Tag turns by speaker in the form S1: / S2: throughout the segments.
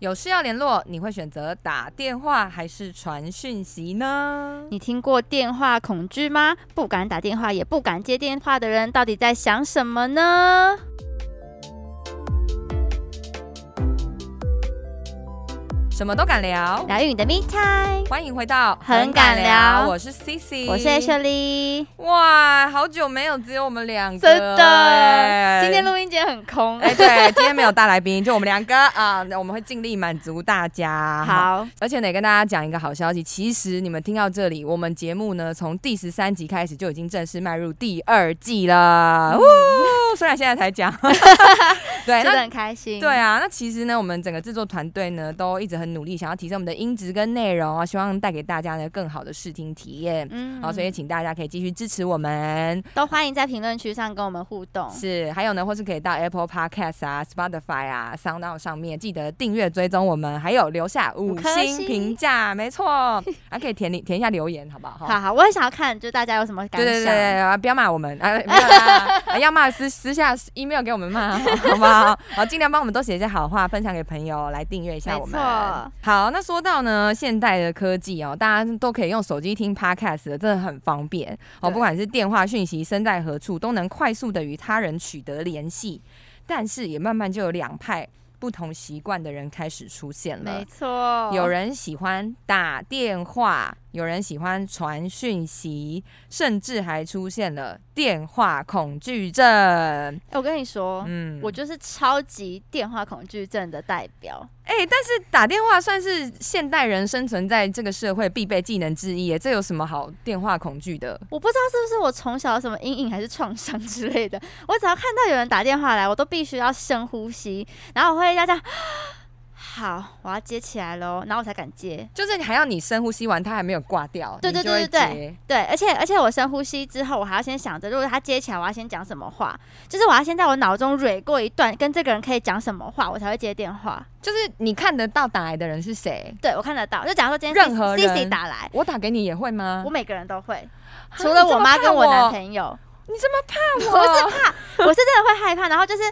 S1: 有事要联络，你会选择打电话还是传讯息呢？
S2: 你听过电话恐惧吗？不敢打电话也不敢接电话的人，到底在想什么呢？
S1: 什么都敢聊，
S2: 疗愈你的 me time，
S1: 欢迎回到
S2: 很敢聊
S1: 我是 C C，
S2: 我是 Ashley。
S1: 哇，好久没有只有我们两个，
S2: 真的
S1: 哎，
S2: 今天录音间很空。
S1: 哎，对，今天没有大来宾，就我们两个 啊，我们会尽力满足大家。。
S2: 好，
S1: 而且得跟大家讲一个好消息，其实你们听到这里，我们节目呢从第十三集开始就已经正式迈入第二季
S2: 嗯
S1: 了。呜，虽然现在才讲， 对，
S2: 真的
S1: 哎那
S2: 很开心。
S1: 对，啊，那其实呢，我们整个制作团队呢都一直很努力，想要提升我们的音质跟内容啊，希望带给大家呢更好的视听体验。
S2: 嗯
S1: 好，所以请大家可以继续支持我们，
S2: 都欢迎在评论区上跟我们互动。
S1: 是，还有呢，或是可以到 Apple Podcast 啊、Spotify 啊、Sound On 上面记得订阅、追踪我们，还有留下五
S2: 五颗
S1: 星
S2: 星
S1: 评价，没 错，还可以填填一下留言，好不好？
S2: 好好，我也想要看，就大家有什么感
S1: 对对
S2: 想？
S1: 对对，啊不要骂我们啊，不要啦啊要骂私私下 email 给我们骂，好不好？好，尽量帮我们多写一些好话，分享给朋友来订阅一下我们
S2: 没错。
S1: 好，那说到呢，现代的科技哦，大家都可以用手机听 podcast 了，真的很方便哦。
S2: 对
S1: 不管是电话讯息，身在何处，都能快速的与他人取得联系。但是也慢慢就有两派不同习惯的人开始出现了
S2: 没。错，
S1: 有人喜欢打电话，有人喜欢传讯息，甚至还出现了电话恐惧症。
S2: 哎我跟你说，
S1: 嗯，
S2: 我就是超级电话恐惧症的代表。
S1: 哎、但是打电话算是现代人生存在这个社会必备技能之一耶，这有什么好电话恐惧的？
S2: 我不知道是不是我从小有什么阴影还是创伤之类的， 我只要看到有人打电话来，我都必须要深呼吸，然后我会大家 好，我要接起来喽，然后我才敢接。
S1: 就是还要你深呼吸完，他还没有挂掉，
S2: 对
S1: 你
S2: 对
S1: 就会
S2: 对对
S1: 接
S2: 对，而且而且我深呼吸之后，我还要先想着，如果他接起来，我要先讲什么话，就是我要先在我脑中蕊过一段，跟这个人可以讲什么话，我才会接电话。
S1: 就是你看得到打来的人是谁，
S2: 对我看得到，就假如说今天
S1: 任何
S2: C C
S1: 人
S2: 打来，
S1: 我打给你也会吗
S2: 我？每个人都会，
S1: 啊
S2: 除了我妈跟我男
S1: 友，
S2: 朋友。
S1: 你这么怕
S2: 我
S1: 我？
S2: 不是怕，我是真的会害怕。然后就是，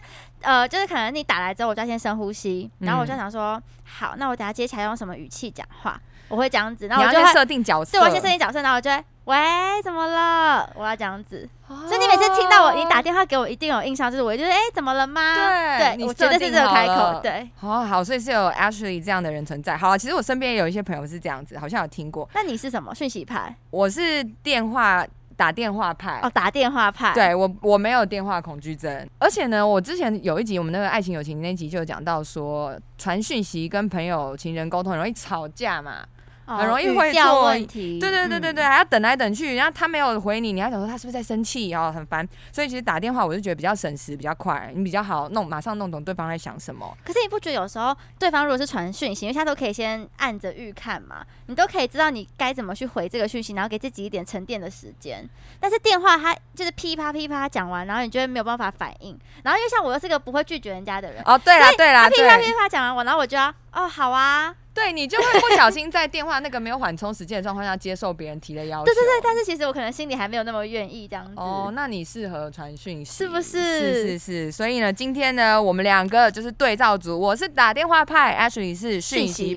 S2: 呃，就是可能你打来之后，我就要先深呼吸，然后我就
S1: 嗯
S2: 想说，好，那我等下接起来用什么语气讲话，我会这样子，然
S1: 你
S2: 后
S1: 要
S2: 我就
S1: 先
S2: 会，
S1: 设定角色，
S2: 对我先设定角色，然后我就会，喂，怎么了？我要这样子。
S1: 哦
S2: 所以你每次听到我，你打电话给我，一定有印象，就是我就是，哎、怎么了吗？
S1: 对你
S2: 我绝对
S1: 设
S2: 是
S1: 定
S2: 这个开
S1: 好
S2: 口
S1: 了，
S2: 对。
S1: 哦，好，所以是有 Ashley 这样的人存在。好啊了，其实我身边也有一些朋友是这样子，好像有听过。
S2: 那你是什么讯息派？
S1: 我是电话打电话派，
S2: 哦，打电话派。，
S1: 对我我没有电话恐惧症。而且呢，我之前有一集我们那个爱情友情那集就有讲到说，传讯息跟朋友、情人沟通很容易吵架嘛。嗯
S2: 哦、
S1: 很容易
S2: 语
S1: 会
S2: 调
S1: 错
S2: 问题。嗯
S1: 对对对对对，还要等来等去，然后他没有回你，你还想说他是不是在生气，然后很烦。所以其实打电话我就觉得比较省时，比较快，你比较好弄，马上弄懂对方在想什么。
S2: 可是你不觉得有时候对方如果是传讯息，因为现在都可以先按着预看嘛，你都可以知道你该怎么去回这个讯息，然后给自己一点沉淀的时间。但是电话它就是噼啪噼啪讲完，然后你就会没有办法反应。然后因为像我又是个不会拒绝人家的人，
S1: 哦，对啦
S2: 所以
S1: 对啦，
S2: 他噼
S1: 对。
S2: 啪噼啪讲完我，然后我就要哦好啊，
S1: 对你就会不小心在电话那个没有缓冲时间的状况下接受别人提的要求。
S2: 对对对。但是其实我可能心里还没有那么愿意这样子。
S1: 哦，那你适合传讯息，
S2: 嗯是不是
S1: 是是是。所以呢，今天呢，我们两个就是对照组，我是打电话派，Ashley 是讯息派
S2: 讯息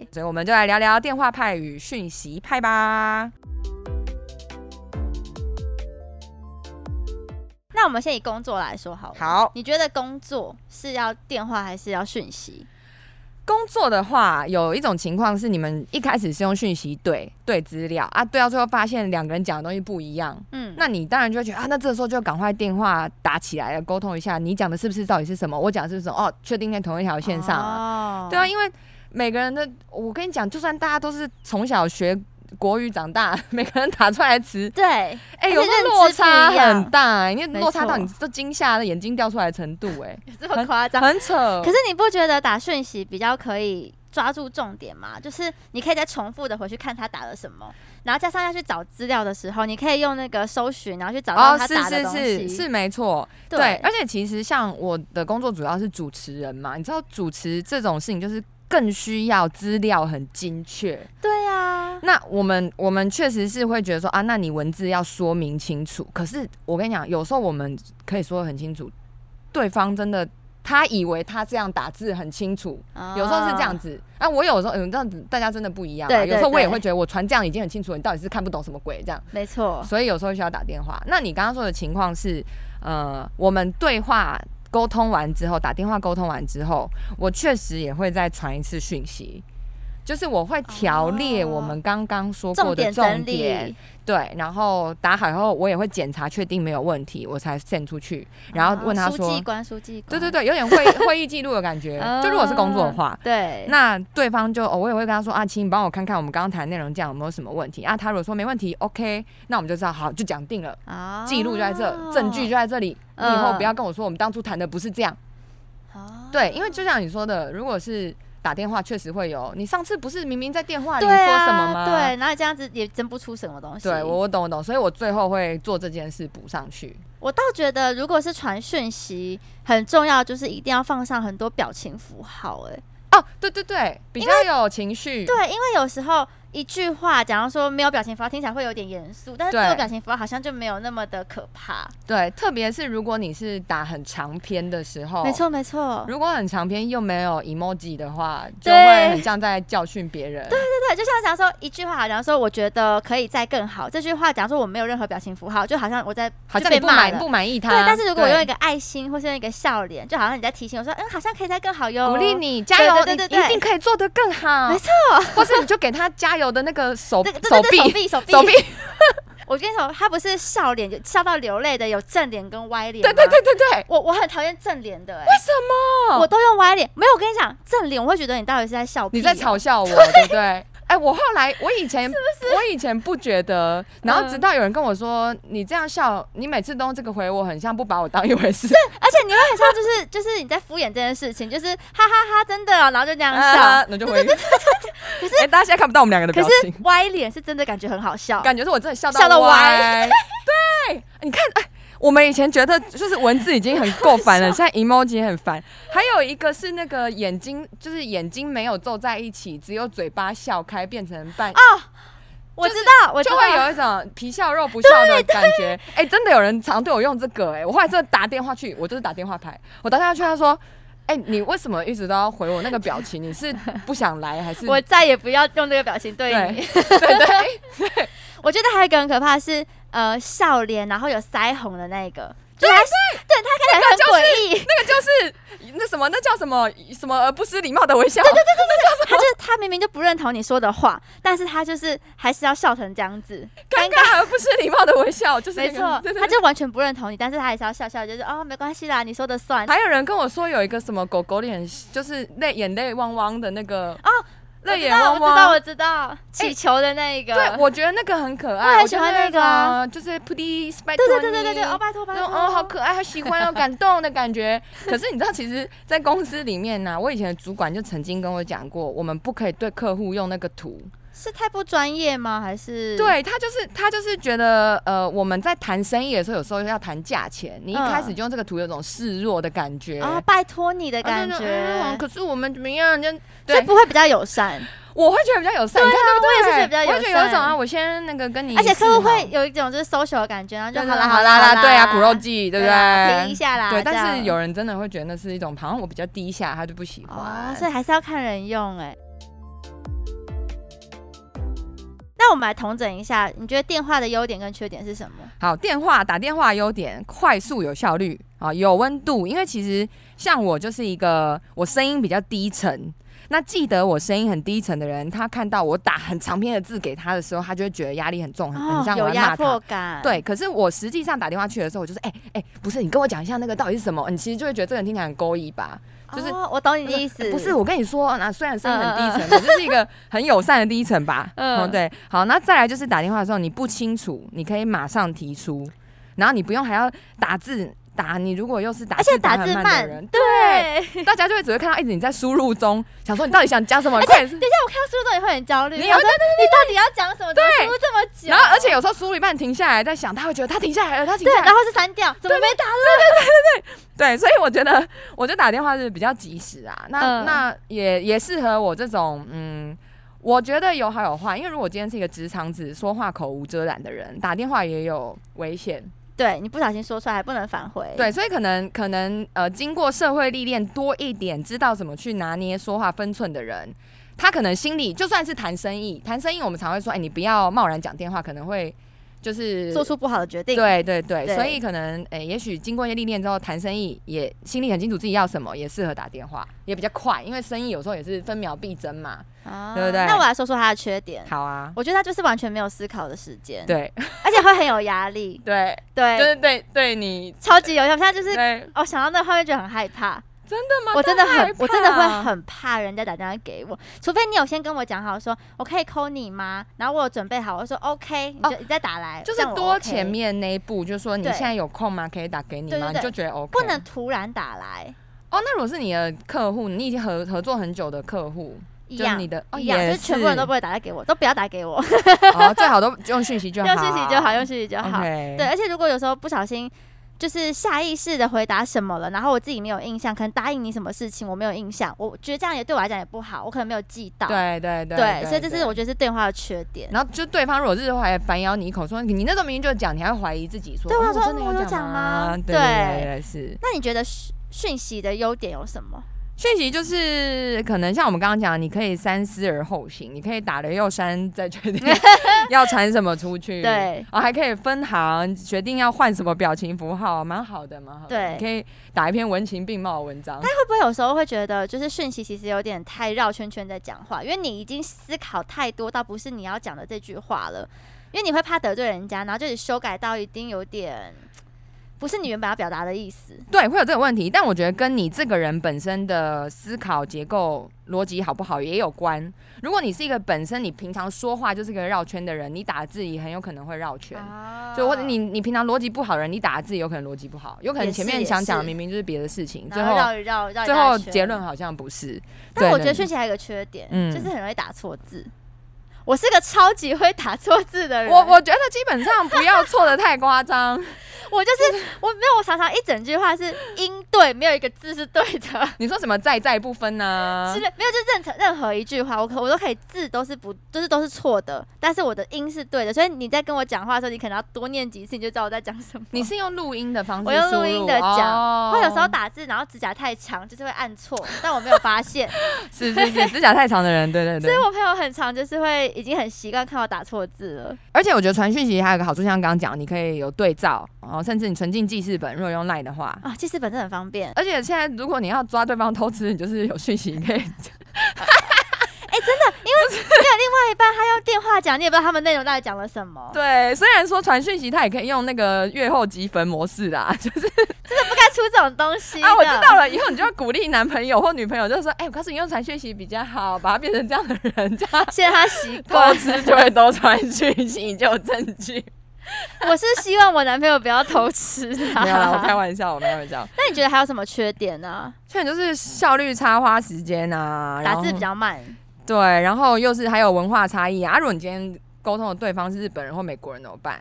S2: 派，
S1: 所以我们就来聊聊电话派与讯息派吧。
S2: 那我们先以工作来说好了。
S1: 好，
S2: 你觉得工作是要电话还是要讯息？
S1: 工作的话，有一种情况是你们一开始是用讯息对对资料啊，对到最后发现两个人讲的东西不一样，
S2: 嗯，
S1: 那你当然就会觉得啊，那这个时候就赶快电话打起来了，沟通一下，你讲的是不是到底是什么？我讲的是不是什么？哦，确定在同一条线上啊？
S2: 啊
S1: 对啊，，因为每个人的，我跟你讲，就算大家都是从小学国语长大， 每个人打出来的词，
S2: 对，
S1: 哎、
S2: 而且
S1: 有时
S2: 认知
S1: 候落差
S2: 不一样
S1: 很大、欸因为
S2: 没
S1: 落差到
S2: 错
S1: 你都惊吓的眼睛掉出来的程度、
S2: 有这么夸张
S1: 哎，？很扯
S2: 可。是你不觉得打讯息比较可以抓住重点吗？就是你可以再重复的回去看他打了什么，然后加上要去找资料的时候，你可以用那个搜寻，然后去找到
S1: 哦，
S2: 他
S1: 是
S2: 打的
S1: 是
S2: 东西。
S1: 是是没错，
S2: 对，
S1: 而且其实像我的工作主要是主持人嘛，你知道主持这种事情就是更需要资料很精确，
S2: 对啊，
S1: 那我们我们确实是会觉得说啊，那你文字要说明清楚。可是我跟你讲，有时候我们可以说的很清楚，对方真的他以为他这样打字很清楚，有时候是这样
S2: 哦，
S1: 子。啊，我有时候嗯，这样子大家真的不一样啊。
S2: 对对
S1: 有时候我也
S2: 对
S1: 会觉得我传这样已经很清楚，你到底是看不懂什么鬼这样。
S2: 啊没错，
S1: 所以有时候需要打电话。那你刚刚说的情况是，呃，我们对话沟通完之后，打电话沟通完之后，我确实也会再传一次讯息，就是我会条列
S2: 哦
S1: 我们刚刚说过
S2: 重
S1: 的
S2: 点
S1: 重
S2: 整
S1: 点，
S2: 理，
S1: 对，然后打好以后，我也会检查确定没有问题，我才 send 出去，然后问他
S2: 哦书
S1: 说
S2: 记，官，书记
S1: 对
S2: 官，
S1: 对对，有点会会议记录的感觉， 就如果是工作的话
S2: 哦。对，
S1: 那对方就、哦、我也会跟他说啊，请你帮我看看我们刚刚谈的内容，这样有没有什么问题啊？他如果说没问题，OK，那我们就知道好，就讲定了。
S2: 那
S1: 记录就在这，证据就在这里。你以后
S2: 嗯
S1: 不要跟我说我们当初谈的不是这样。
S2: 哦
S1: 对，因为就像你说的，如果是打电话，确实会有。你上次不是明明在电话里
S2: 对
S1: 说
S2: 啊，
S1: 什么吗？
S2: 对，然后这样子也争不出什么东西。
S1: 对，我我懂我懂，所以我最后会做这件事补上去。
S2: 我倒觉得，如果是传讯息，很重要就是一定要放上很多表情符号、哎，
S1: 哦，对对对，比较有情绪。
S2: 对，因为有时候一句话，假如说没有表情符号，听起来会有点严肃，但是
S1: 对
S2: 没有表情符号好像就没有那么的可怕。
S1: 对，特别是如果你是打很长篇的时候，
S2: 没。错，没错，
S1: 如果很长篇又没有 emoji 的话，就
S2: 对
S1: 会很像在教训别人。对
S2: 对对，就像假如说一句话，好，假如说我觉得可以再更好，这句话假如说我没有任何表情符号，就好像我在
S1: 好
S2: 就
S1: 像
S2: 被
S1: 你不
S2: 骂
S1: 满
S2: 了。
S1: 不满意他。
S2: 对，但是如果我
S1: 对
S2: 用一个爱心或是用一个笑脸，就好像你在提醒我说，嗯，好像可以再更好哟，
S1: 鼓励你加油，
S2: 对对对
S1: 你
S2: 对
S1: 一定可以做得更好。
S2: 没
S1: 错，或是你就给他加油的那个手
S2: 那个
S1: 手
S2: 对对对
S1: 臂。
S2: 手臂
S1: 手
S2: 手
S1: 臂
S2: 臂。，我跟你说，他不是笑脸，有笑到流泪的，有正脸跟歪脸。
S1: 对对对，对对，
S2: 我我很讨厌正脸的、欸，
S1: 为什么？
S2: 我都用歪脸。没有，我跟你讲，正脸我会觉得你到底是在笑屁哦、
S1: 你在嘲笑我，对不对？哎，我后来我以前我以前不觉得，然后直到有人跟我说你这样笑，你每次都用这个回我，很像不把我当一回事。
S2: 而且你会很像就是 就是你在敷衍这件事情，就是哈哈哈真的、哦，然后就那样笑。
S1: 啊那就回。可是大家现在看不到我们两个的
S2: 可
S1: 表
S2: 是
S1: 情，
S2: 歪脸是真的感觉很好笑，
S1: 感觉是我真的笑
S2: 笑到
S1: 歪。对，你看，哎，我们以前觉得就是文字已经很够烦 了，现在 emoji 也很烦。还有一个是那个眼睛，就是眼睛没有皱在一起，只有嘴巴笑开，变成半，
S2: 我
S1: 就
S2: 知
S1: 是
S2: 道，啊我知
S1: 就
S2: 道
S1: 会有一种皮笑肉不笑的感觉。哎，真的有人常对我用这个，哎，我后来真的打电话去，我就是打电话牌，我打电话去，他说。哎、你为什么一直都要回我那个表情？你是不想来还是？
S2: 我再也不要用这个表情对
S1: 对
S2: 你。
S1: 对对，
S2: 我觉得还有一个很可怕的是，呃，笑脸然后有腮红的那一个，对对，对他看起来很诡异。
S1: 那个就是那什么，那叫什么什么而不失礼貌的微笑。对对对，
S2: 他就是他明明就不认同你说的话，但是他就是还是要笑成这样子，
S1: 尴尬而不失礼貌的微笑，就是那
S2: 没
S1: 个
S2: 错
S1: 对，对
S2: 他
S1: 对。
S2: 就完全不认同你，但是他还是要笑笑，就是哦没关系啦，你说的算。
S1: 还有人跟我说有一个什么狗狗脸，就是泪眼泪汪汪的那个
S2: 哦，
S1: 泪眼汪
S2: 我知道，
S1: 汪。哎
S2: 我知道，我知道，乞求的那一个，
S1: 对，我觉得那个很可爱，
S2: 我很喜欢那个啊
S1: 我觉得那个就是 please 拜托
S2: 对
S1: 你
S2: 对对对对对，哦拜托拜
S1: 那
S2: 托，
S1: 种哦，好可爱，好喜 欢，哦，感动的感觉。可是你知道，其实，在公司里面啊呢、我以前的主管就曾经跟我讲过，我们不可以对客户用那个图。
S2: 是太不专业吗？还是，
S1: 对他就是他就是觉得呃，我们在谈生意的时候，有时候要谈价钱，你一
S2: 嗯
S1: 开始就用这个图，有种示弱的感觉。
S2: 啊、拜托你的
S1: 啊
S2: 感
S1: 就
S2: 觉，
S1: 是嗯可是我们怎么样？就
S2: 所以
S1: 对，
S2: 不会比较友善，
S1: 我会觉得比较友善，你看对不对？
S2: 我也是觉得比较
S1: 我会
S2: 友
S1: 觉得有一
S2: 善
S1: 种啊，我先那个跟你，
S2: 而且客户会。有一种就是 social 的感觉，然后就
S1: 对
S2: 好啦
S1: 好
S2: 啦
S1: 啦
S2: 啦，
S1: 对啊，苦肉计，对不
S2: 啊停一
S1: 对？
S2: 下啦，
S1: 对，
S2: 这
S1: 但是
S2: 样
S1: 有人真的会觉得那是一种，好像我比较低下，他就不喜
S2: 哦
S1: 欢，。
S2: 所以还是要看人用哎、那我们来统整一下，你觉得电话的优点跟缺点是什么？
S1: 好，电话打电话优点快速有效率啊，有温度。因为其实像我就是一个我声音比较低沉，那记得我声音很低沉的人，他看到我打很长篇的字给他的时候，他就会觉得压力很重，很很像我
S2: 哦有
S1: 在
S2: 压
S1: 骂他
S2: 迫。感。，
S1: 对，可是我实际上打电话去的时候，我就是哎哎、不是你跟我讲一下那个到底是什么？你其实就会觉得这个人听起来很勾引吧？就是
S2: 哦、我懂你的意
S1: 哎
S2: 思，
S1: 不是，我跟你说，那、虽然声音很低沉，可是是一个很友善的低沉吧。
S2: 嗯
S1: 嗯，对。好，那再来就是打电话的时候，你不清楚，你可以马上提出，然后你不用还要打字打。你如果又是打
S2: 而
S1: 字
S2: 且
S1: 打
S2: 打
S1: 很
S2: 字
S1: 慢
S2: 慢
S1: 的人，
S2: 对。
S1: 对，大家就会只会看到一直哎你在输入中，想说你到底想讲什么，你快点。
S2: 等一下我看到书中也会很焦虑，
S1: 你
S2: 我
S1: 有
S2: 想说你到底要讲什么？怎么
S1: 对
S2: 输入这么久？
S1: 然后而且有时候输入一半停下来在想，他会觉得他停下来了，他停
S2: 对，
S1: 下来
S2: 然
S1: 了。
S2: 后是删掉，怎么没打？
S1: 对，所以我觉得，我觉得打电话是比较及时啊。那、
S2: 嗯
S1: 那也也适合我这种，嗯，我觉得有好有坏。因为如果今天是一个直肠子、说话口无遮拦的人，打电话也有危险。
S2: 对你不小心说出来还不能反悔。
S1: 对，所以可能可能呃，经过社会历练多一点，知道怎么去拿捏说话分寸的人，他可能心里就算是谈生意，谈生意我们常会说，哎、你不要贸然讲电话，可能会就是
S2: 做出不好的决定。
S1: 对对对，
S2: 对
S1: 所以可能诶、也许经过一些历练之后，谈生意也心里很清楚自己要什么，也适合打电话，也比较快，因为生意有时候也是分秒必争嘛。
S2: 啊，
S1: 对不对
S2: 那我来说说他的缺点。
S1: 好啊，
S2: 我觉得他就是完全没有思考的时间，
S1: 对
S2: 而且会很有压力，
S1: 对，
S2: 对，
S1: 就是对对你
S2: 超级有压力。他就是
S1: 对
S2: 哦，想到那个画面就很害怕。
S1: 哦真的吗？
S2: 我真的很，我真的会
S1: 怕
S2: 很怕人家打电话给我，除非你有先跟我讲好说，我可以 call 你吗？然后我有准备好，我说 OK，你就、
S1: 哦
S2: 你再打来，
S1: 就是
S2: 这样我
S1: 多
S2: OK
S1: 前面那一步，就说你
S2: 对
S1: 现在有空吗？可以打给你
S2: 对
S1: 吗？
S2: 对
S1: 你
S2: 对
S1: 就觉得 OK，
S2: 不能突然打来，
S1: 哦。那如果是你的客户，你已经合合作很久的客户，
S2: 一
S1: 就是
S2: 样
S1: 你的哦，
S2: 一样，就
S1: 也
S2: 是全部人都不会打来给我，都不要打给我，
S1: 哦，最好都用讯息就好，
S2: 用讯息就好，用讯息就好。
S1: OK
S2: 对，而且如果有时候不小心。就是下意识的回答什么了，然后我自己没有印象，可能答应你什么事情我没有印象，我觉得这样也对我来讲也不好，我可能没有记到，
S1: 对对对
S2: 对所以这
S1: 对
S2: 是我觉得是电话的缺点。
S1: 然后就对方如果是还反咬你一口说你那时候明明就讲，你还会怀疑自己说，
S2: 对我啊
S1: 哦
S2: 想说
S1: 真的
S2: 我有讲
S1: 讲
S2: 吗
S1: 对
S2: 对
S1: 对对对是
S2: 那你觉得讯讯息的优点有什么？
S1: 讯息就是可能像我们刚刚讲，你可以三思而后行，你可以打了又删再决 定要传什么出去，
S2: 对
S1: 然后还可以分行决定要换什么表情符号，蛮好的，蛮好的，
S2: 对
S1: 你可以打一篇文情并茂的文章，
S2: 会不会有时候会觉得，就是讯息其实有点太绕圈圈在讲话，因为你已经思考太多到不是你要讲的这句话了，因为你会怕得罪人家，然后就是修改到一定有点不是你原本要表达的意思。
S1: 对，会有这个问题，但我觉得跟你这个人本身的思考结构、逻辑好不好也有关。如果你是一个本身你平常说话就是个绕圈的人，你打字也很有可能会绕圈。
S2: 啊
S1: 就或者你你平常逻辑不好的人，你打字有可能逻辑不好，有可能
S2: 也是
S1: 前面
S2: 也
S1: 想讲的
S2: 是
S1: 明明就是别的事情，最
S2: 然后
S1: 后
S2: 绕一绕绕一大
S1: 最后
S2: 圈
S1: 结论。好像不是。对
S2: 但我觉得
S1: 对
S2: 讯息还有一个缺点，
S1: 嗯
S2: 就是很容易打错字。我是个超级会打错字的人，
S1: 我我觉得基本上不要错的太夸张，
S2: 我就是我没有，我常常一整句话是音对，没有一个字是对的。
S1: 你说什么在在不分呢、
S2: 之类，没有，就任何任何一句话，我可我都可以字都是不，就是都是错的，但是我的音是对的，所以你在跟我讲话的时候，你可能要多念几次，你就知道我在讲什么。
S1: 你是用录音的方式
S2: 我用
S1: 输
S2: 录音的讲
S1: 哦
S2: 或有时候打字，然后指甲太长，就是会按错，但我没有 发现，
S1: 是是是指甲太长的人，对对对
S2: 所以。我朋友很长，就是会已经很习惯看我打错字了。
S1: 而且我觉得传讯息还有个好处，像刚刚讲，你可以有对照，然后甚至你存进记事本，如果用 Line 的话。
S2: 啊，记事本真的很方便。
S1: 而且现在如果你要抓对方偷吃，你就是有讯息你可以。
S2: 那一般他用电话讲，你也不知道他们内容到底讲了什么，
S1: 对，虽然说传讯息，他也可以用那个月后积分模式啦， 就是
S2: 不该出这种东西的。
S1: 啊，我知道了，以后你就鼓励男朋友或女朋友，就说，哎、我告诉你，用传讯息比较好，把他变成这样的人，这 样
S2: 谢谢他 习
S1: 偷
S2: 惯。
S1: 吃就会多传讯息，就有证 据。
S2: 我是希望我男朋友不要偷吃啊。
S1: 没有啦，我开玩笑，我开玩笑。
S2: 那你觉得还有什么缺点呢、
S1: 现在就是效率差、花时间啊，然
S2: 打
S1: 后
S2: 字比较慢。
S1: 对，然后又是还有文化差异啊。啊如果你今天沟通的对方是日本人或美国人怎么办？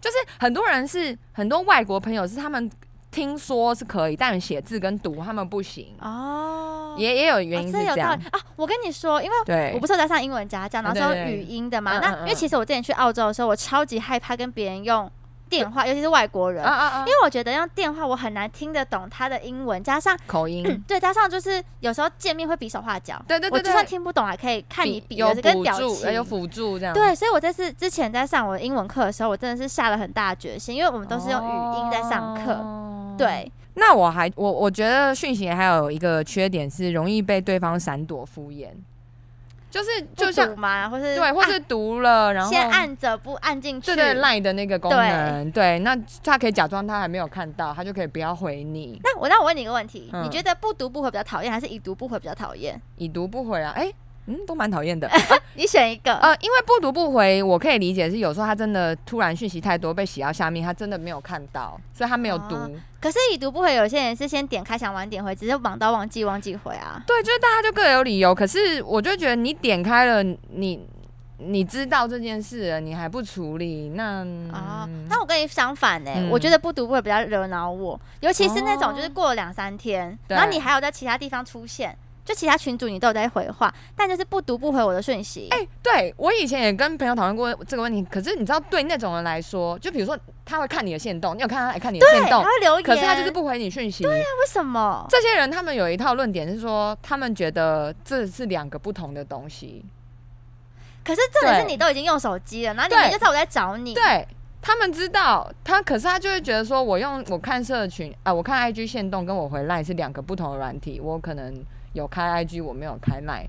S1: 就是很多人是很多外国朋友是他们听说是可以，但写字跟读他们不行，
S2: 哦，
S1: 也也有原因是
S2: 哦、这有
S1: 这
S2: 道
S1: 样
S2: 理。啊！我跟你说，因为我
S1: 对
S2: 不，是有在上英文家教，然后是
S1: 对对
S2: 用
S1: 对
S2: 语音的嘛。
S1: 嗯
S2: 那
S1: 嗯
S2: 因为其实我之前去澳洲的时候，我超级害怕跟别人用电话，尤其是外国人，
S1: 啊啊啊
S2: 因，为我觉得用电话我很难听得懂他的英文，加上、
S1: 口音，
S2: 对，加上就是有时候见面会比手画脚，
S1: 对对
S2: 嗯我
S1: 对
S2: 就算
S1: 对，
S2: 听不懂，还可以看你比
S1: 有
S2: 的跟
S1: 辅
S2: 表
S1: 助，呃有
S2: 情。
S1: 辅助这样，
S2: 对，所以我这次之前在上我的英文课的时候，我真的是下了很大的决心，因为我们
S1: 哦，
S2: 都是用语音在上课。对，
S1: 那我还我我觉得讯息还有一个缺点是容易被对方闪躲敷衍，就是就像
S2: 不读嘛，或是啊
S1: 对，或是读了然后
S2: 先按着不按进去。
S1: 对对赖的那个功能，对，那他可以假装他还没有看到，他就可以不要回你，
S2: 那我那我问你一个问题，
S1: 嗯
S2: 你觉得不读不回比较讨厌，还是已读不回比较讨厌？
S1: 已读不回啊，哎、嗯，都蛮讨厌 的。
S2: 你选一个。
S1: 呃，因为不读不回，我可以理解是有时候他真的突然讯息太多被洗到下面，他真的没有看到，所以他没有读。
S2: 哦可是已读不回，有些人是先点开想晚点回，只是忙到忘记忘记回啊。
S1: 对，就是大家就各有理由。可是我就觉得你点开了，你你知道这件事了，你还不处理，那
S2: 哦，那我跟你相反呢、
S1: 嗯哦
S2: 我觉得不读不回比较惹恼我，尤其是那种就是过了两三天，
S1: 对
S2: 然后你还有在其他地方出现，就其他群主你都有在回话，但就是不读不回我的讯息。
S1: 哎、对我以前也跟朋友讨论过这个问题，可是你知道，对那种人来说，就比如说他会看你的线动，你有看他来看你的
S2: 对，
S1: 线
S2: 他
S1: 动，啊
S2: 会留言，
S1: 可是他就是不回你讯息。
S2: 为什么？
S1: 这些人他们有一套论点是说，他们觉得这是两个不同的东西，
S2: 可是重点是
S1: 对
S2: 你都已经用手机了，然后你
S1: 对
S2: 明明就知道我在找你，
S1: 对。他们知道他，可是他就会觉得说，我用我看社群啊、我看 IG 线动跟我回 Line 是两个不同的软体，我可能有开 IG，我没有开 Line。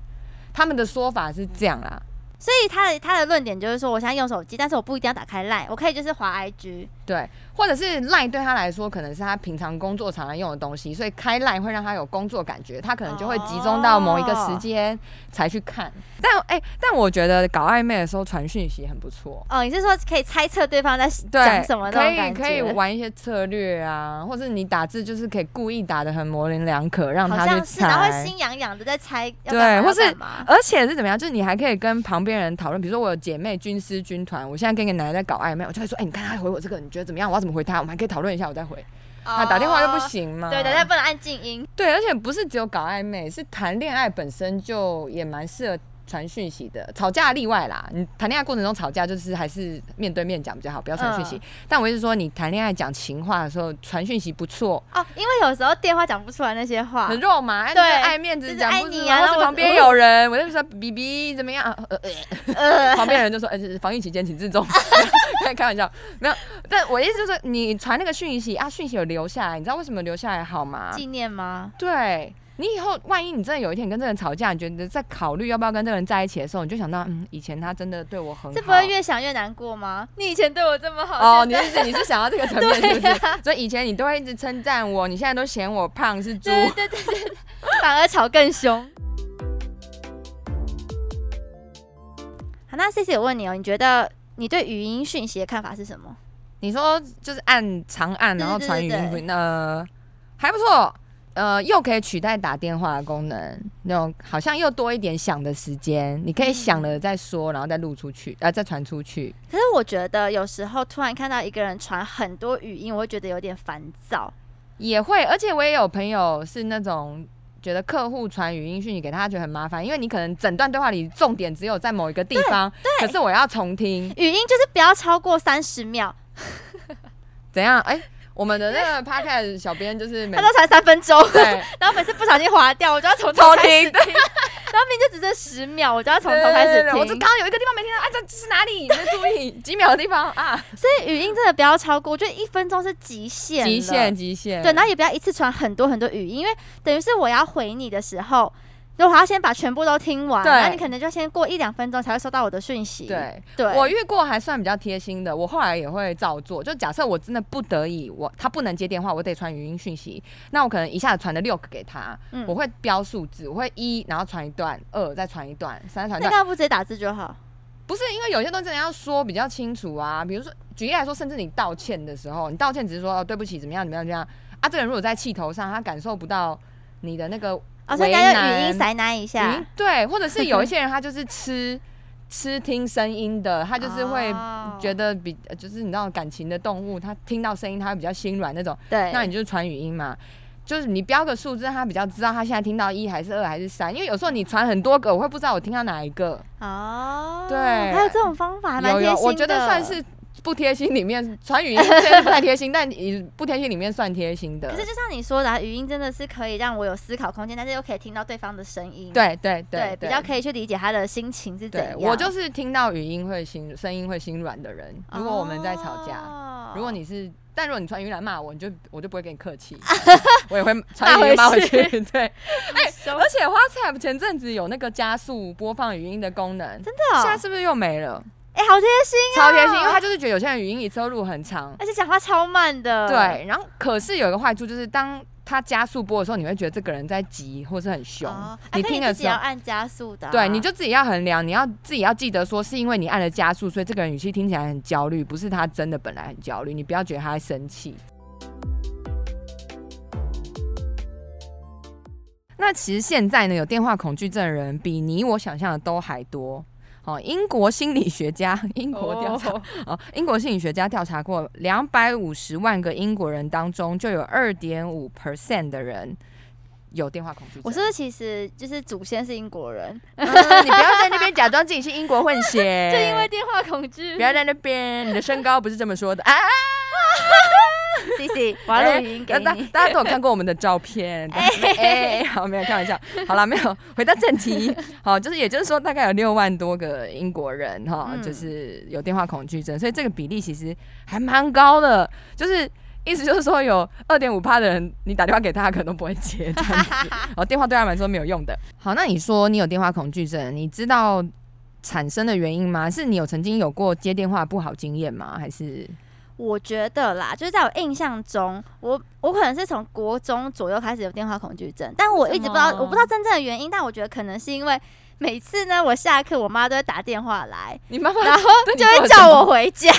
S1: 他们的说法是这样啊啦，
S2: 所以他的他的论点就是说，我现在用手机，但是我不一定要打开 Line，我可以就是滑 IG。
S1: 对，或者是 Line 对他来说可能是他平常工作常常用的东西，所以开 Line 会让他有工作感觉，他可能就会集中到某一个时
S2: 哦
S1: 间才去看。但哎、但我觉得搞暧昧的时候传讯息很不错，
S2: 哦，你是说可以猜测对方在
S1: 对
S2: 讲什么，
S1: 可
S2: 那种
S1: 以
S2: 感觉？
S1: 可以玩一些策略啊，或者你打字就是可以故意打的很模棱两可，让
S2: 好
S1: 他去
S2: 像是，然后会
S1: 猜。
S2: 心痒痒的在猜要
S1: 对
S2: 干嘛，
S1: 或
S2: 要
S1: 是
S2: 干嘛？
S1: 而且是怎么样？就是你还可以跟旁边人讨论，比如说我有姐妹军师军团，我现在跟一个男的在搞暧昧，我就会说，哎、你看他回我这个，你觉得怎么样？我要怎么回他？我们还可以讨论一下，我再回。那、啊打电话就不
S2: 哦。
S1: 行啊嘛？
S2: 对，打电话不能按静音。
S1: 对，而且不是只有搞暧昧，是谈恋爱本身就也蛮适合传讯息的。吵架例外啦，你谈恋爱过程中吵架就是还是面对面讲比较好，不要传讯息。
S2: 嗯
S1: 但我一直说，你谈恋爱讲情话的时候，传讯息不错，
S2: 哦，因为有时候电话讲不出来那些话
S1: 很，肉麻，哎
S2: 啊对
S1: 你爱面子
S2: 就是
S1: 讲
S2: 爱
S1: 不出
S2: 你
S1: 来
S2: 啊
S1: 或
S2: 然
S1: 是
S2: 后我
S1: 旁边有人，我就说 B B 怎么样？呃呃
S2: 呃，
S1: 旁边人就说：“呃，就是防疫期间请自重。” 开开玩笑，没有。但我意思就是，你传那个讯息啊，讯息有留下来，你知道为什么留下来好吗？
S2: 纪念吗？
S1: 对你以后，万一你真的有一天你跟这个人吵架，你觉得在考虑要不要跟这个人在一起的时候，你就想到，嗯，以前他真的对我很好。
S2: 这不会越想越难过吗？你以前对我这么好，
S1: 哦，
S2: 现
S1: 你
S2: 在
S1: 是你是想到这个层面是不
S2: 对
S1: 是？所以以前你都会一直称赞我，你现在都嫌我胖是猪。
S2: 对对对对， 对反而吵更凶。好，那 C C 我问你哦，你觉得你对语音讯息的看法是什么？
S1: 你说就是按长按，然后
S2: 对对
S1: 传语
S2: 对
S1: 音
S2: 对
S1: 回，呃，还不错。呃，又可以取代打电话的功能，那种好像又多一点想的时间，你可以想了再说，然后再录出去，呃，再传出去。
S2: 可是我觉得有时候突然看到一个人传很多语音，我会觉得有点烦躁。
S1: 也会，而且我也有朋友是那种觉得客户传语音讯息给他，他觉得很麻烦，因为你可能整段对话里重点只有在某一个地方，可是我要重听，
S2: 语音就是不要超过三十秒，
S1: 怎样？哎、我们的那个 podcast 小编就是每
S2: 他都传三分钟，
S1: 对
S2: 然后每次不小心划掉，我就要从头
S1: 重
S2: 开
S1: 听
S2: 始，听，然后明明就只剩十秒，我就要从头开
S1: 对对
S2: 始
S1: 对
S2: 听。
S1: 我这刚刚有一个地方没听到，啊，这是哪里？你们注意几秒的地方啊，
S2: 所以语音真的不要超过，我觉得一分钟是极限，
S1: 极限。极限，
S2: 对，然后也不要一次传很多很多语音，因为等于是我要回你的时候，如果我要先把全部都听完，
S1: 对
S2: 然后你可能就要先过一两分钟才会收到我的讯息。
S1: 对。
S2: 对，
S1: 我遇过还算比较贴心的，我后来也会照做。就假设我真的不得已，我他不能接电话，我得传语音讯息，那我可能一下子传了六个给他，
S2: 嗯
S1: 我会标数字，我会一，然后传一段，二再传一段，三再传一段。
S2: 那干嘛不直接打字就好？
S1: 不是因为有些东西真的要说比较清楚啊，比如说举例来说，甚至你道歉的时候，你道歉只是说、哦、对不起，怎么样怎么样怎么样啊，这个人如果在气头上，他感受不到你的那个
S2: 哦，所以
S1: 为
S2: 大家
S1: 难
S2: 用语音塞奶一
S1: 语
S2: 下
S1: 音，对，或者是有一些人他就是吃 吃听声音的，他就是会
S2: 哦
S1: 觉得比呃就是你知道感情的动物，他听到声音他会比较心软那种，
S2: 哦对，
S1: 那你就传语音嘛。就是你标个数字，让他比较知道他现在听到一还是二还是三，因为有时候你传很多个，我会不知道我听到哪一个。
S2: 哦，
S1: 对
S2: 还有这种方法，还蛮
S1: 有
S2: 贴
S1: 有，
S2: 心的。
S1: 我觉得算是不贴心里面传语音真的不太贴心，但你不贴心里面算贴心的
S2: 可。是就像你说的、啊，语音真的是可以让我有思考空间，但是又可以听到对方的声音，
S1: 对对
S2: 对，比
S1: 对，
S2: 较可以去理解他的心情是怎
S1: 对
S2: 样。
S1: 我就是听到语音会心声音会心软的人。如果我们在吵架，
S2: 哦
S1: 如果你是，但如果你传语音来骂我，你就我就不会跟你客 气，我也会传语音骂回去。 对，哎、而且 WhatsApp 前阵子有那个加速播放语音的功能，
S2: 真的哦、
S1: 现在是不是又没了？
S2: 哎、好贴心哦，
S1: 超贴心，因为他就是觉得有些人语音里收录很长，
S2: 而且讲话超慢的，，
S1: 对。然后可是有一个坏处就是，当他加速播的时候，你会觉得这个人在急或是很凶，
S2: 哦啊、
S1: 你
S2: 可以
S1: 听
S2: 自
S1: 的
S2: 己
S1: 时
S2: 要
S1: 候。
S2: 按加速的啊、
S1: 对，你就自己要衡量，你要自己要记得说，是因为你按了加速，所以这个人语气听起来很焦虑，不是他真的本来很焦虑，你不要觉得他在生气。那其实现在呢，有电话恐惧症的人比你我想象的都还多。哦，英国心理学家，英国调查
S2: 哦
S1: 哦，英国心理学家调查过，两百五十万个英国人当中，就有二点五 percent 的人有电话恐惧症。
S2: 我是不是其实就是祖先是英 国人，
S1: 嗯你不要在那边假装自己是英国混血，
S2: 就因为电话 恐惧
S1: 不。要在那边，你的身高不是这么说的啊！
S2: C C，我 要录语音给
S1: 大家
S2: 你。
S1: 大家都有看过我们的照片，哎、 好，没有开玩笑，好啦，没有回到正 题，好，就是也就是说，大概有六万多个英国人哈，
S2: 嗯
S1: 就是有电话恐惧症，所以这个比例其实还蛮高的，就是。意思就是说，有二点五趴的人，你打电话给他，他可能都不会接，这 样子。哦，电话对他们来说没有用的。好，那你说你有电话恐惧症，你知道产生的原因吗？是你有曾经有过接电话不好经验吗？还是
S2: 我觉得啦，就是在我印象中，我我可能是从国中左右开始有电话恐惧症，但我一直不知道
S1: 为什，么
S2: 我不知道真正的原因，但我觉得可能是因为每次呢，我下课我妈都会打电话来，
S1: 你妈妈
S2: 然
S1: 后
S2: 就会叫我回家，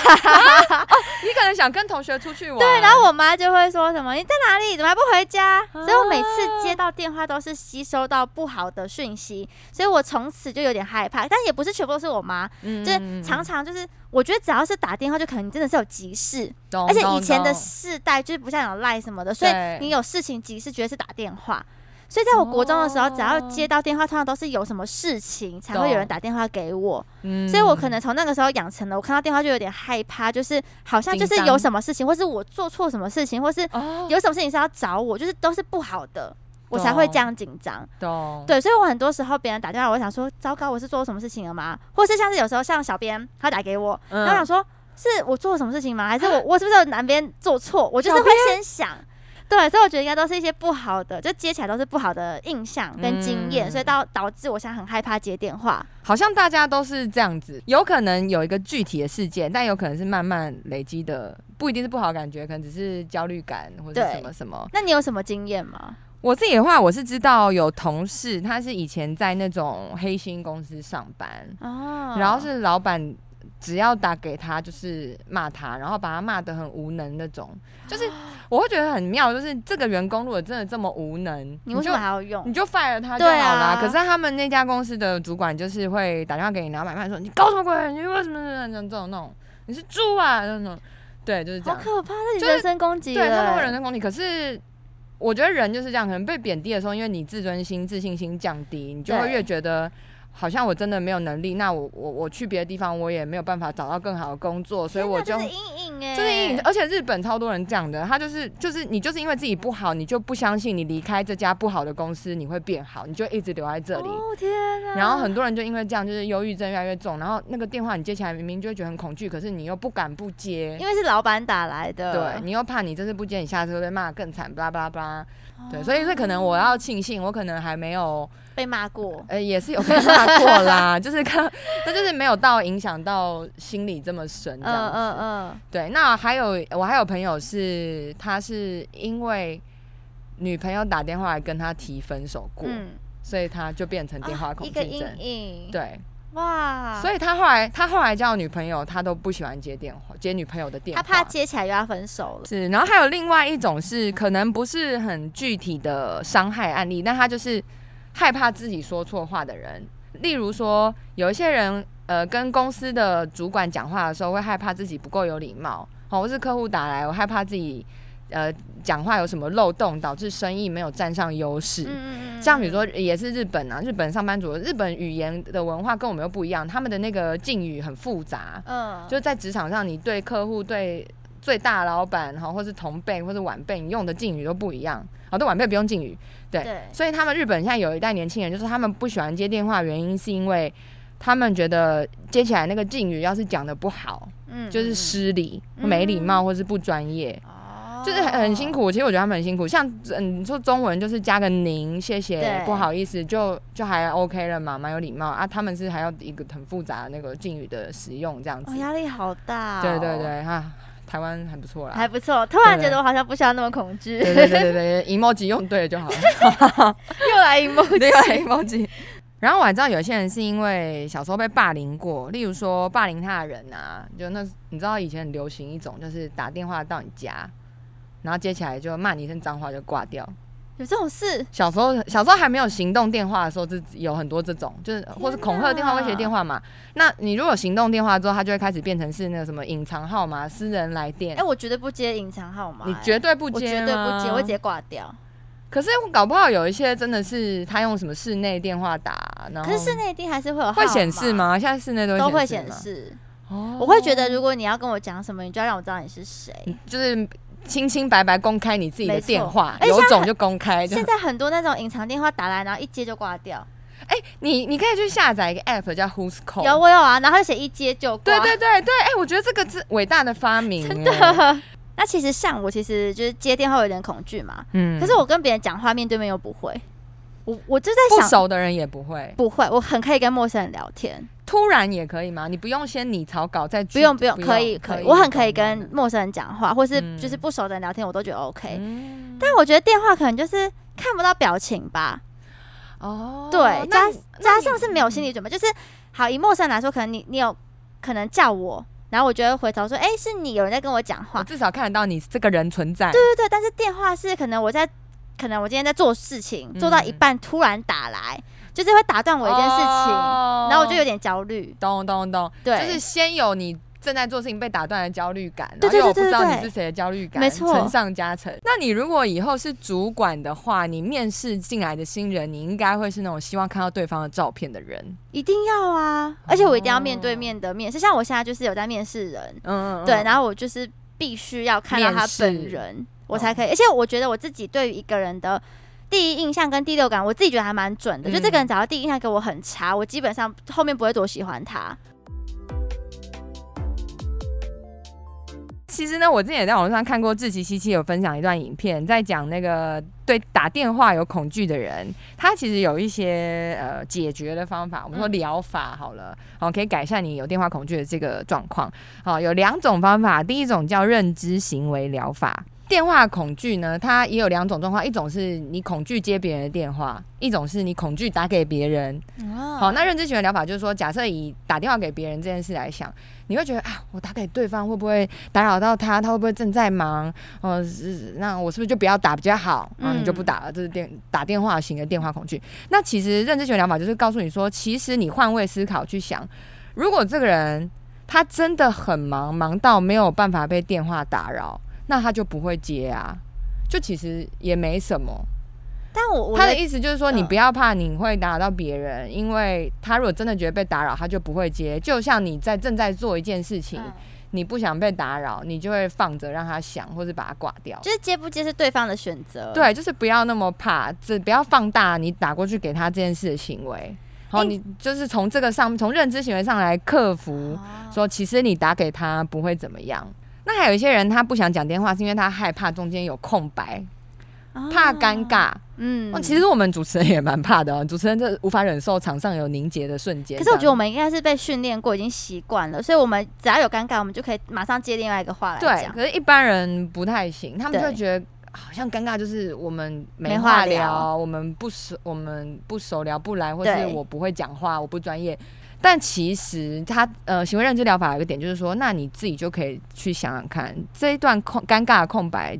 S1: 你可能想跟同学出去玩，
S2: 对，然后我妈就会说什么你在哪里，怎么还不回家？
S1: 啊
S2: 所以我每次接到电话都是吸收到不好的讯息，所以我从此就有点害怕，但也不是全部都是我妈，
S1: 嗯
S2: 就是常常就是我觉得只要是打电话，就可能你真的是有急事，
S1: 懂
S2: 而且以
S1: 懂
S2: 前的
S1: 懂
S2: 世代就是不像有赖什么的，所以
S1: 哦对
S2: 你有事情急事绝对是打电话。所以在我国中的时候，只要接到电话，通常都是有什么事情才会有人
S1: 懂
S2: 打电话给我，
S1: 嗯
S2: 所以我可能从那个时候养成了，我看到电话就有点害怕，就是好像就是
S1: 紧张
S2: 有什么事情，或是我做错什么事情，或是
S1: 哦
S2: 有什么事情是要找我，就是都是不好的，我才会这样紧张。
S1: 懂，
S2: 对，所以我很多时候别人打电话，我想说，糟糕，我是做什么事情了吗？或是像是有时候像小编他打给我，
S1: 嗯，啊
S2: 然后我想说，是我做了什么事情吗？还是我我是不是有哪边做错？我就是
S1: 小
S2: 会先想。对，所以我觉得应该都是一些不好的，就接起来都是不好的印象跟经验，
S1: 嗯
S2: 所以到导致我现在很害怕接电话。
S1: 好像大家都是这样子，有可能有一个具体的事件，但有可能是慢慢累积的，不一定是不好的感觉，可能只是焦虑感或者
S2: 对
S1: 什么什么。
S2: 那你有什么经验吗？
S1: 我自己的话，我是知道有同事，他是以前在那种黑心公司上班，
S2: 哦
S1: 然后是老板只要打给他就是骂他，然后把他骂得很无能那种， 就是我会觉得很妙，就是这个员工如果真的这么无能，
S2: 你为什
S1: 就
S2: 么还要用
S1: 你？就 fire 他就好
S2: 对
S1: 啦。
S2: 啊
S1: 可是他们那家公司的主管就是会打电话给你，然后买饭说你搞什么鬼，你为什么这样这种那种，你是猪啊那种，对，就是这
S2: 好
S1: 样。
S2: 可怕，那你
S1: 就是
S2: 人身攻击了、
S1: 对他们会人身攻击，可是。我觉得人就是这样，可能被贬低的时候，因为你自尊心、自信心降低，你就会
S2: 对
S1: 越觉得好像我真的没有能力，那我我我去别的地方我也没有办法找到更好的工作，所以我
S2: 天
S1: 就
S2: 哪这是阴影哎、
S1: 就是因为，而且日本超多人这样的，他就是就是你就是因为自己不好，你就不相信你离开这家不好的公司你会变好，你就一直留在这里。
S2: 哦天哪！
S1: 然后很多人就因为这样，就是忧郁症越来越重。然后那个电话你接起来，明明就会觉得很恐惧，可是你又不敢不接
S2: 因，为是老板打来的，
S1: 对你又怕你这次不接，你下次会被骂得更惨，巴拉巴拉巴拉。
S2: 哦
S1: 对，所以这可能我要庆幸，我可能还没有，
S2: 被骂过。
S1: 呃，也是有被骂过啦， 就是看，但就是没有到影响到心理这么深
S2: 嗯
S1: 这样子。
S2: 嗯嗯，
S1: 对，那还有我还有朋友是，他是因为女朋友打电话来跟他提分手过，
S2: 嗯，
S1: 所以他就变成电话
S2: 啊
S1: 恐
S2: 一
S1: 惧
S2: 个
S1: 症。
S2: 阴影，，啊
S1: 对，
S2: 哇，
S1: 所以他后来他后来交女朋友，他都不喜欢接电话，接女朋友的电
S2: 他
S1: 话。
S2: 怕接起来又要分手了。
S1: 是，然后还有另外一种是，可能不是很具体的伤害案例，但他就是害怕自己说错话的人。例如说，有一些人，呃，跟公司的主管讲话的时候，会害怕自己不够有礼貌，好、或是客户打来，我害怕自己，呃，讲话有什么漏洞，导致生意没有占上优势。
S2: 嗯
S1: 像比如说，也是日本啊，日本上班族，日本语言的文化跟我们又不一样，他们的那个敬语很复杂，
S2: 嗯，
S1: 就是在职场上，你对客户、对最大老板哈，或是同辈或是晚辈，你用的敬语都不一样。好、对晚辈不用敬语，对
S2: 对，
S1: 所以他们日本现在有一代年轻人，就是他们不喜欢接电话，原因是因为他们觉得接起来那个敬语要是讲的不好，
S2: 嗯
S1: 就是失礼、没礼貌或是不专业。
S2: 哦
S1: 就是很很辛。苦，其实我觉得他们很辛苦。像嗯，你说中文就是加个您、谢谢、
S2: 对
S1: 不好意思，就就还 OK 了嘛，蛮有礼貌啊。他们是还要一个很复杂的那个敬语的使用这样子
S2: 哦，。压力好大、哦
S1: 对对，对，哈、台湾还不错啦。
S2: 还不错。突然
S1: 对
S2: 觉得我好像不需要那么恐惧，
S1: 对对对对对，emoji 用对了就好了，
S2: 又来一幕。
S1: 对吧？emoji。然后我还知道有些人是因为小时候被霸凌过，例如说霸凌他的人啊，就那你知道以前很流行一种，就是打电话到你家，然后接起来就骂你一声脏话就挂掉。
S2: 有这种事？
S1: 小时候小时候还没有行动电话的时候，这有很多这种，就是或是恐吓电话、
S2: 哪
S1: 威胁电话嘛。那你如果有行动电话之后，它就会开始变成是那个什么隐藏号码、私人来电
S2: 哎、，我绝对不接隐藏号码、
S1: 你
S2: 哎
S1: 绝对不
S2: 我
S1: 接吗，
S2: 绝对不接，我会直接挂掉。
S1: 可是搞不好有一些真的是他用什么室内电话打，然后
S2: 可是室内一定还是会有
S1: 会
S2: 号
S1: 显示
S2: 码？
S1: 吗？现在室内都
S2: 都
S1: 会
S2: 会
S1: 显
S2: 显
S1: 示
S2: 示。
S1: 吗。哦
S2: 我会觉得，如果你要跟我讲什么，你就要让我知道你是谁。
S1: 嗯就是清清白白公开你自己的
S2: 没错
S1: 电话，
S2: 而且
S1: 有
S2: 现在
S1: 种
S2: 很
S1: 就公开。就
S2: 现在很多那种隐藏电话打来，然后一接就挂掉。
S1: 哎、你你可以去下载一个 app 叫 Who's Call。
S2: 有我有啊，然后就写一接就
S1: 对
S2: 挂。
S1: 对 对对，哎、我觉得这个是伟大的发明、真的，
S2: 那其实像我，其实就是接电话会有点恐惧嘛。
S1: 嗯
S2: 可是我跟别人讲话，面对面又不会。我我就在
S1: 不
S2: 想，
S1: 熟的人也不会，
S2: 不会，我很可以跟陌生人聊天，
S1: 突然也可以吗？你不用先拟草稿再去
S2: 不用不用，可以可以，我很可以跟
S1: 懂
S2: 陌生人讲话，或是
S1: 嗯
S2: 就是不熟的人聊天，我都觉得 OK。
S1: 嗯
S2: 但我觉得电话可能就是看不到表情吧，
S1: 哦，
S2: 对，
S1: 那嗯
S2: 加加上是没有心理准备，就是好以陌生人来说，可能你你有可能叫我，然后我就会回头说，哎、是你有人在跟我讲话
S1: 我，至少看得到你这个人存在。
S2: 对对对，但是电话是可能我在，可能我今天在做事情，做到一
S1: 嗯
S2: 半突然打来，就是会打断我一件事情，
S1: 哦
S2: 然后我就有点焦虑。
S1: 懂懂懂，
S2: 对，
S1: 就是先有你正在做事情被打断的焦虑感，
S2: 对
S1: 然后又有不
S2: 对对
S1: 知道
S2: 对
S1: 你是谁的焦虑感，
S2: 没错
S1: 乘上加乘。那你如果以后是主管的话，你面试进来的新人，你应该会是那种希望看到对方的照片的人。
S2: 一定要
S1: 哦
S2: 啊，而且我一定要面对面的面试，像我现在就是有在面试人，
S1: 嗯，嗯
S2: 对，
S1: 后
S2: 然后我就是必须要看到
S1: 面
S2: 他本
S1: 试
S2: 人，我才可以。而且我觉得我自己对于一个人的。第一印象跟第六感，我自己觉得还蛮准的。就
S1: 嗯
S2: 这个人，只要第一印象给我很差，我基本上后面不会多喜欢他。
S1: 其实呢，我之前也在网络上看过志奇七七有分享一段影片，在讲那个对打电话有恐惧的人，他其实有一些呃解决的方法，我们说
S2: 嗯
S1: 疗法好了，哦，可以改善你有电话恐惧的这个状况。好、有两种方法，第一种叫认知行为疗法。电话恐惧呢，它也有两种状况，一种是你恐惧接别人的电话，一种是你恐惧打给别人。好，
S2: 好
S1: 那认知行为疗法就是说，假设以打电话给别人这件事来想，你会觉得啊，我打给对方会不会打扰到他？他会不会正在忙？呃，是那我是不是就不要打比较好？嗯，你就不
S2: 嗯
S1: 打了，这是电打电话型的电话恐惧。那其实认知行为疗法就是告诉你说，其实你换位思考去想，如果这个人他真的很忙，忙到没有办法被电话打扰，那他就不会接啊。就其实也没什么，
S2: 但我我
S1: 他的意思就是说，
S2: 嗯
S1: 你不要怕你会打扰到别人，因为他如果真的觉得被打扰，他就不会接。就像你在正在做一件事情，
S2: 嗯
S1: 你不想被打扰，你就会放着让他想，或是把它挂掉。
S2: 就是接不接是对方的选择。，
S1: 对，就是不要那么怕，只不要放大你打过去给他这件事的行为。然后
S2: 因
S1: 你就是从这个上，从认知行为上来克服，
S2: 哦
S1: 说其实你打给他不会怎么样。那还有一些人他不想讲电话，是因为他害怕中间有空白，怕尴。
S2: 哦
S1: 尬。
S2: 嗯
S1: 哦，其实我们主持人也蛮怕的哦，主 持人这无法忍受场上有凝结的瞬间。
S2: 可是我觉得我
S1: 们
S2: 们应该是被训练过，已经习惯了，所以我们只要有尴尬，我们就可以马上接另外一个话来
S1: 对，
S2: 讲。
S1: 可是一般人不太行，他们就
S2: 对
S1: 会觉得好像尴尬，就是我们没
S2: 没
S1: 话
S2: 话
S1: 聊，
S2: 聊
S1: 我们不熟，我们不熟聊不来，或是
S2: 对
S1: 我不会讲话，我不专业。但其实他呃，行为认知疗法有一个点就是说，那你自己就可以去想想看，这一段空尴尬的空白，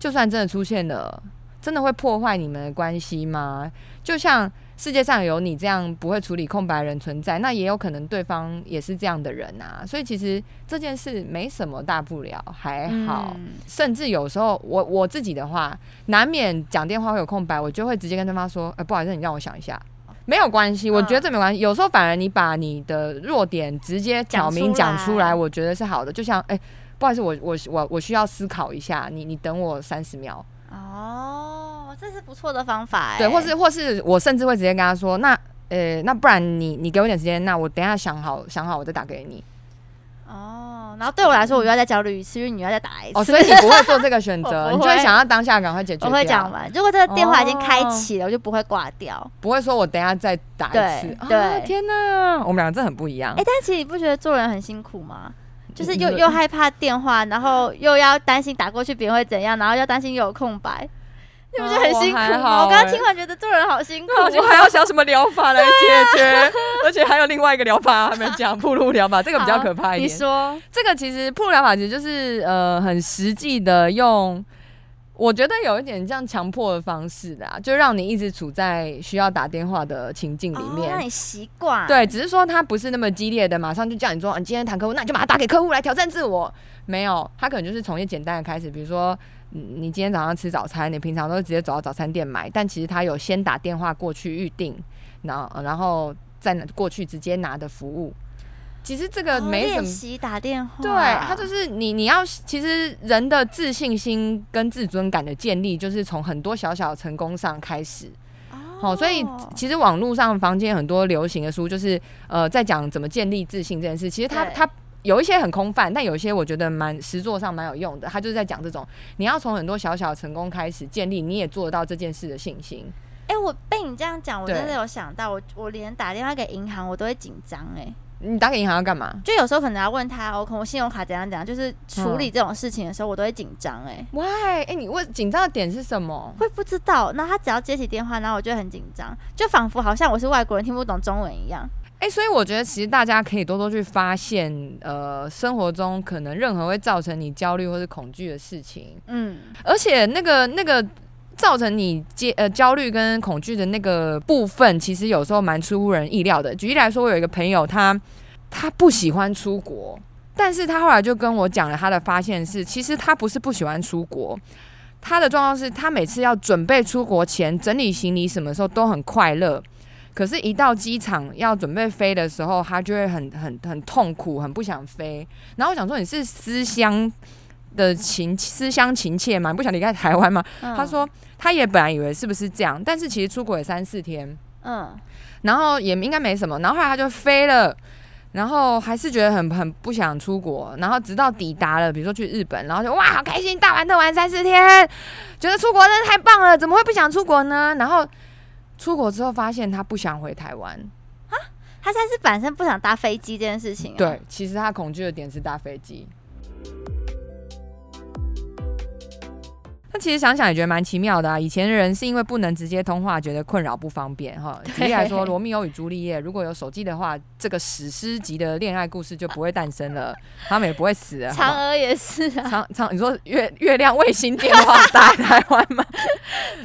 S1: 就算真的出现了，真的会破坏你们的关系吗？就像世界上有你这样不会处理空白的人存在，那也有可能对方也是这样的人啊。所以其实这件事没什么大不了，还好。
S2: 嗯
S1: 甚至有时候我我自己的话，难免讲电话会有空白，我就会直接跟对方说：“呃，不好意思，你让我想一下。”没有关系，我觉得这没关系。有时候反而你把你的弱点直接挑明
S2: 讲
S1: 讲
S2: 出来
S1: 出来，我觉得是好的。就像哎、不好意思，我我我我需要思考一下，你你等我三十秒。
S2: 哦，这是不错的方法、哎
S1: 对，或是或是我甚至会直接跟他说，那呃，那不然你你给我点时间，那我等一下想好想好我再打给你。
S2: 哦，然后对我来说，我又要再焦虑一次，因为你又要再打一次。
S1: 哦，所以你不会做这个选择，
S2: 我不会
S1: 你就会想要当下赶快解决
S2: 我
S1: 掉。哦
S2: 会讲完，如果这个电话已经开启了，我就不会挂掉。
S1: 不会说我等一下再打一次
S2: 对。
S1: 啊
S2: 对
S1: 天哪，我们两个真的很不一样
S2: 哎、。但其实你不觉得做人很辛苦吗？就是
S1: 你
S2: 又
S1: 你
S2: 又害怕电话，然后又要担心打过去别人会怎样，然后又担心又有空白，你不觉得很辛
S1: 哦哦
S2: 苦
S1: 我还
S2: 吗？
S1: 好
S2: 我刚刚
S1: 哎
S2: 听完觉得做人好辛苦、
S1: 我还要想什么疗法来解决， 而且还有另外一个疗法还没讲，铺路疗法，这个比较
S2: 好
S1: 可怕一
S2: 你
S1: 点。
S2: 说，
S1: 这个其实铺路疗法其实就是呃很实际的用，我觉得有一点像强迫的方式啦，就让你一直处在需要打电话的情境里
S2: 哦、
S1: 面。
S2: 让你习惯。
S1: 哎对，只是说他不是那么激烈的，马上就叫你说，啊你今天谈客户，那你就把它打给客户来挑战自我。没有，他可能就是从一些简单的开始，比如说，你你今天早上吃早餐，你平常都是直接走到早餐店买，但其实他有先打电话过去预定，然后然后再拿过去直接拿的服务。其实这个
S2: 哦
S1: 没什
S2: 练
S1: 么，
S2: 习打电话，
S1: 对他就是你你要其实人的自信心跟自尊感的建立，就是从很多小小的成功上开始。
S2: 哦
S1: 好、所以其实网络上房间很多流行的书，就是呃，在讲怎么建立自信这件事。其实它
S2: 对
S1: 它有一些很空泛，但有一些我觉得蛮实作上蛮有用的。它就是在讲这种，你要从很多小小的成功开始建立，你也做得到这件事的信心。
S2: 哎、我被你这样讲，我
S1: 对
S2: 真的有想到，我我连打电话给银行我都会紧张哎，
S1: 你打给银行要干嘛
S2: 就有时候可能要问他，我哦可能我信用卡怎样怎样，就是处
S1: 嗯
S2: 理这种事情的时候我都会紧张哎，
S1: ？Why？哎、你问紧张的点是什么？
S2: 会不知道。那他只要接起电话，然后我就会很紧张，就仿佛好像我是外国人听不懂中文一样。
S1: 哎、所以我觉得其实大家可以多多去发现，呃，生活中可能任何会造成你焦虑或是恐惧的事情，
S2: 嗯，
S1: 而且那个那个造成你焦呃焦虑跟恐惧的那个部分，其实有时候蛮出乎人意料的。举例来说，我有一个朋友，他他不喜欢出国，但是他后来就跟我讲了他的发现是，其实他不是不喜欢出国。他的状况是他每次要准备出国前整理行李，什么时候都很快乐，可是，一到机场要准备飞的时候，他就会很很很痛苦，很不想飞。然后我想说，你是思乡的情思乡情切吗？你不想离开台湾吗？
S2: 嗯
S1: 他，说，他也本来以为是不是这样，但是其实出国也三四天，
S2: 嗯，
S1: 然后也应该没什么。然后后来他就飞了。然后还是觉得很很不想出国，然后直到抵达了，比如说去日本，然后就哇好开心，大玩特玩三四天，觉得出国真的太棒了，怎么会不想出国呢？然后出国之后发现他不想回台湾，
S2: 他现在是本身不想搭飞机这件事情、啊。
S1: 对，其实他恐惧的点是搭飞机。那其实想想也觉得蛮奇妙的啊。以前的人是因为不能直接通话，觉得困扰不方便 哈。举例来说，《罗密欧与朱丽叶》如果有手机的话，这个史诗级的恋爱故事就不会诞生了，他们也不会死啊了。好不
S2: 嫦
S1: 好
S2: 娥也是 啊，
S1: 长长，你说月月亮卫星电话打台湾吗？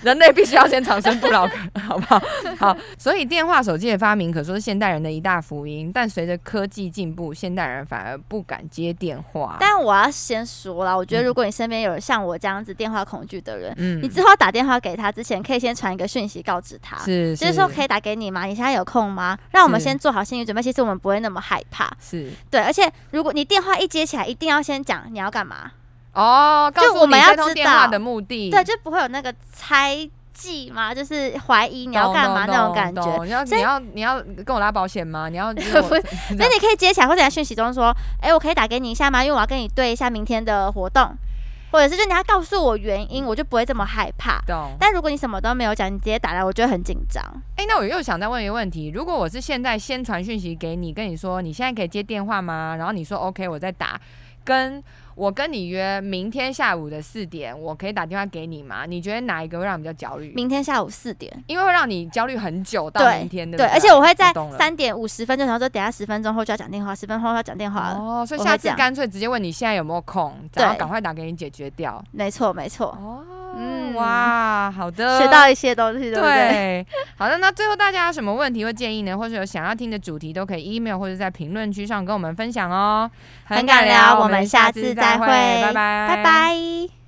S1: 人类必须要先长生不老，好不 好？好，所以电话、手机的发明可说是现代人的一大福音，但随着科技进步，现代人反而不敢接电话。
S2: 但我要先说啦，我觉得如果你身边有像我这样子电话恐惧的人，
S1: 嗯
S2: 你之后打电话给他之前，可以先传一个讯息告知他，
S1: 是
S2: 就是说可
S1: 以
S2: 以打给你吗？你现在有空吗？让我们
S1: 是
S2: 先做好心理准备，其实我们不会那么害怕。
S1: 是
S2: 对，而且如果你电话一接起来，一定要先讲你要干嘛，
S1: 哦，告
S2: 就
S1: 诉
S2: 我们
S1: 你
S2: 要
S1: 这通
S2: 知
S1: 电话
S2: 道
S1: 的目的，
S2: 对，就不会有那个猜忌嘛，就是怀疑你要
S1: 懂
S2: 干嘛
S1: 懂
S2: 那种
S1: 懂
S2: 感觉
S1: 懂。你要
S2: 所以
S1: 你要你要跟我拉保险吗？你 要
S2: 不是那
S1: 那
S2: 你可以接起来，或者在讯息中说：“哎、我可以打给你一下吗？因为我要跟你对一下明天的活动，或者是就你要告诉我原因，我就不会这么害怕。
S1: 懂。
S2: 但如果你什么都没有讲，你直接打来，我就会很紧张。
S1: 哎、那我又想再问一个问题：如果我是现在先传讯息给你，跟你说你现在可以接电话吗？然后你说 OK，我再打，跟我跟你约明天下午的四点，我可以打电话给你吗？你觉得哪一个会让你比较焦虑？
S2: 明天下午四点，
S1: 因为会让你焦虑很久到
S2: 对
S1: 明天，对不
S2: 对，
S1: 对？
S2: 而且我会在
S1: 懂了
S2: 三点五十分就想说，等一下十分钟后就要讲电话，十分钟后要讲电话了。
S1: 哦，所以
S2: 我
S1: 下
S2: 会
S1: 次
S2: 这样
S1: 干脆直接问你现在有没有空，然后
S2: 对嗯
S1: 赶快打给你解决掉。
S2: 没错，没错，
S1: 哦，
S2: 嗯
S1: 哇，好的，
S2: 学到一些东西，对不对？
S1: 呃对， 好的，那最后大家有什么问题或建议呢？或者有想要听的主题，都可以 email 或者在评论区上跟我们分享哦。
S2: 很敢聊我们下次再会
S1: 拜拜，
S2: 拜拜。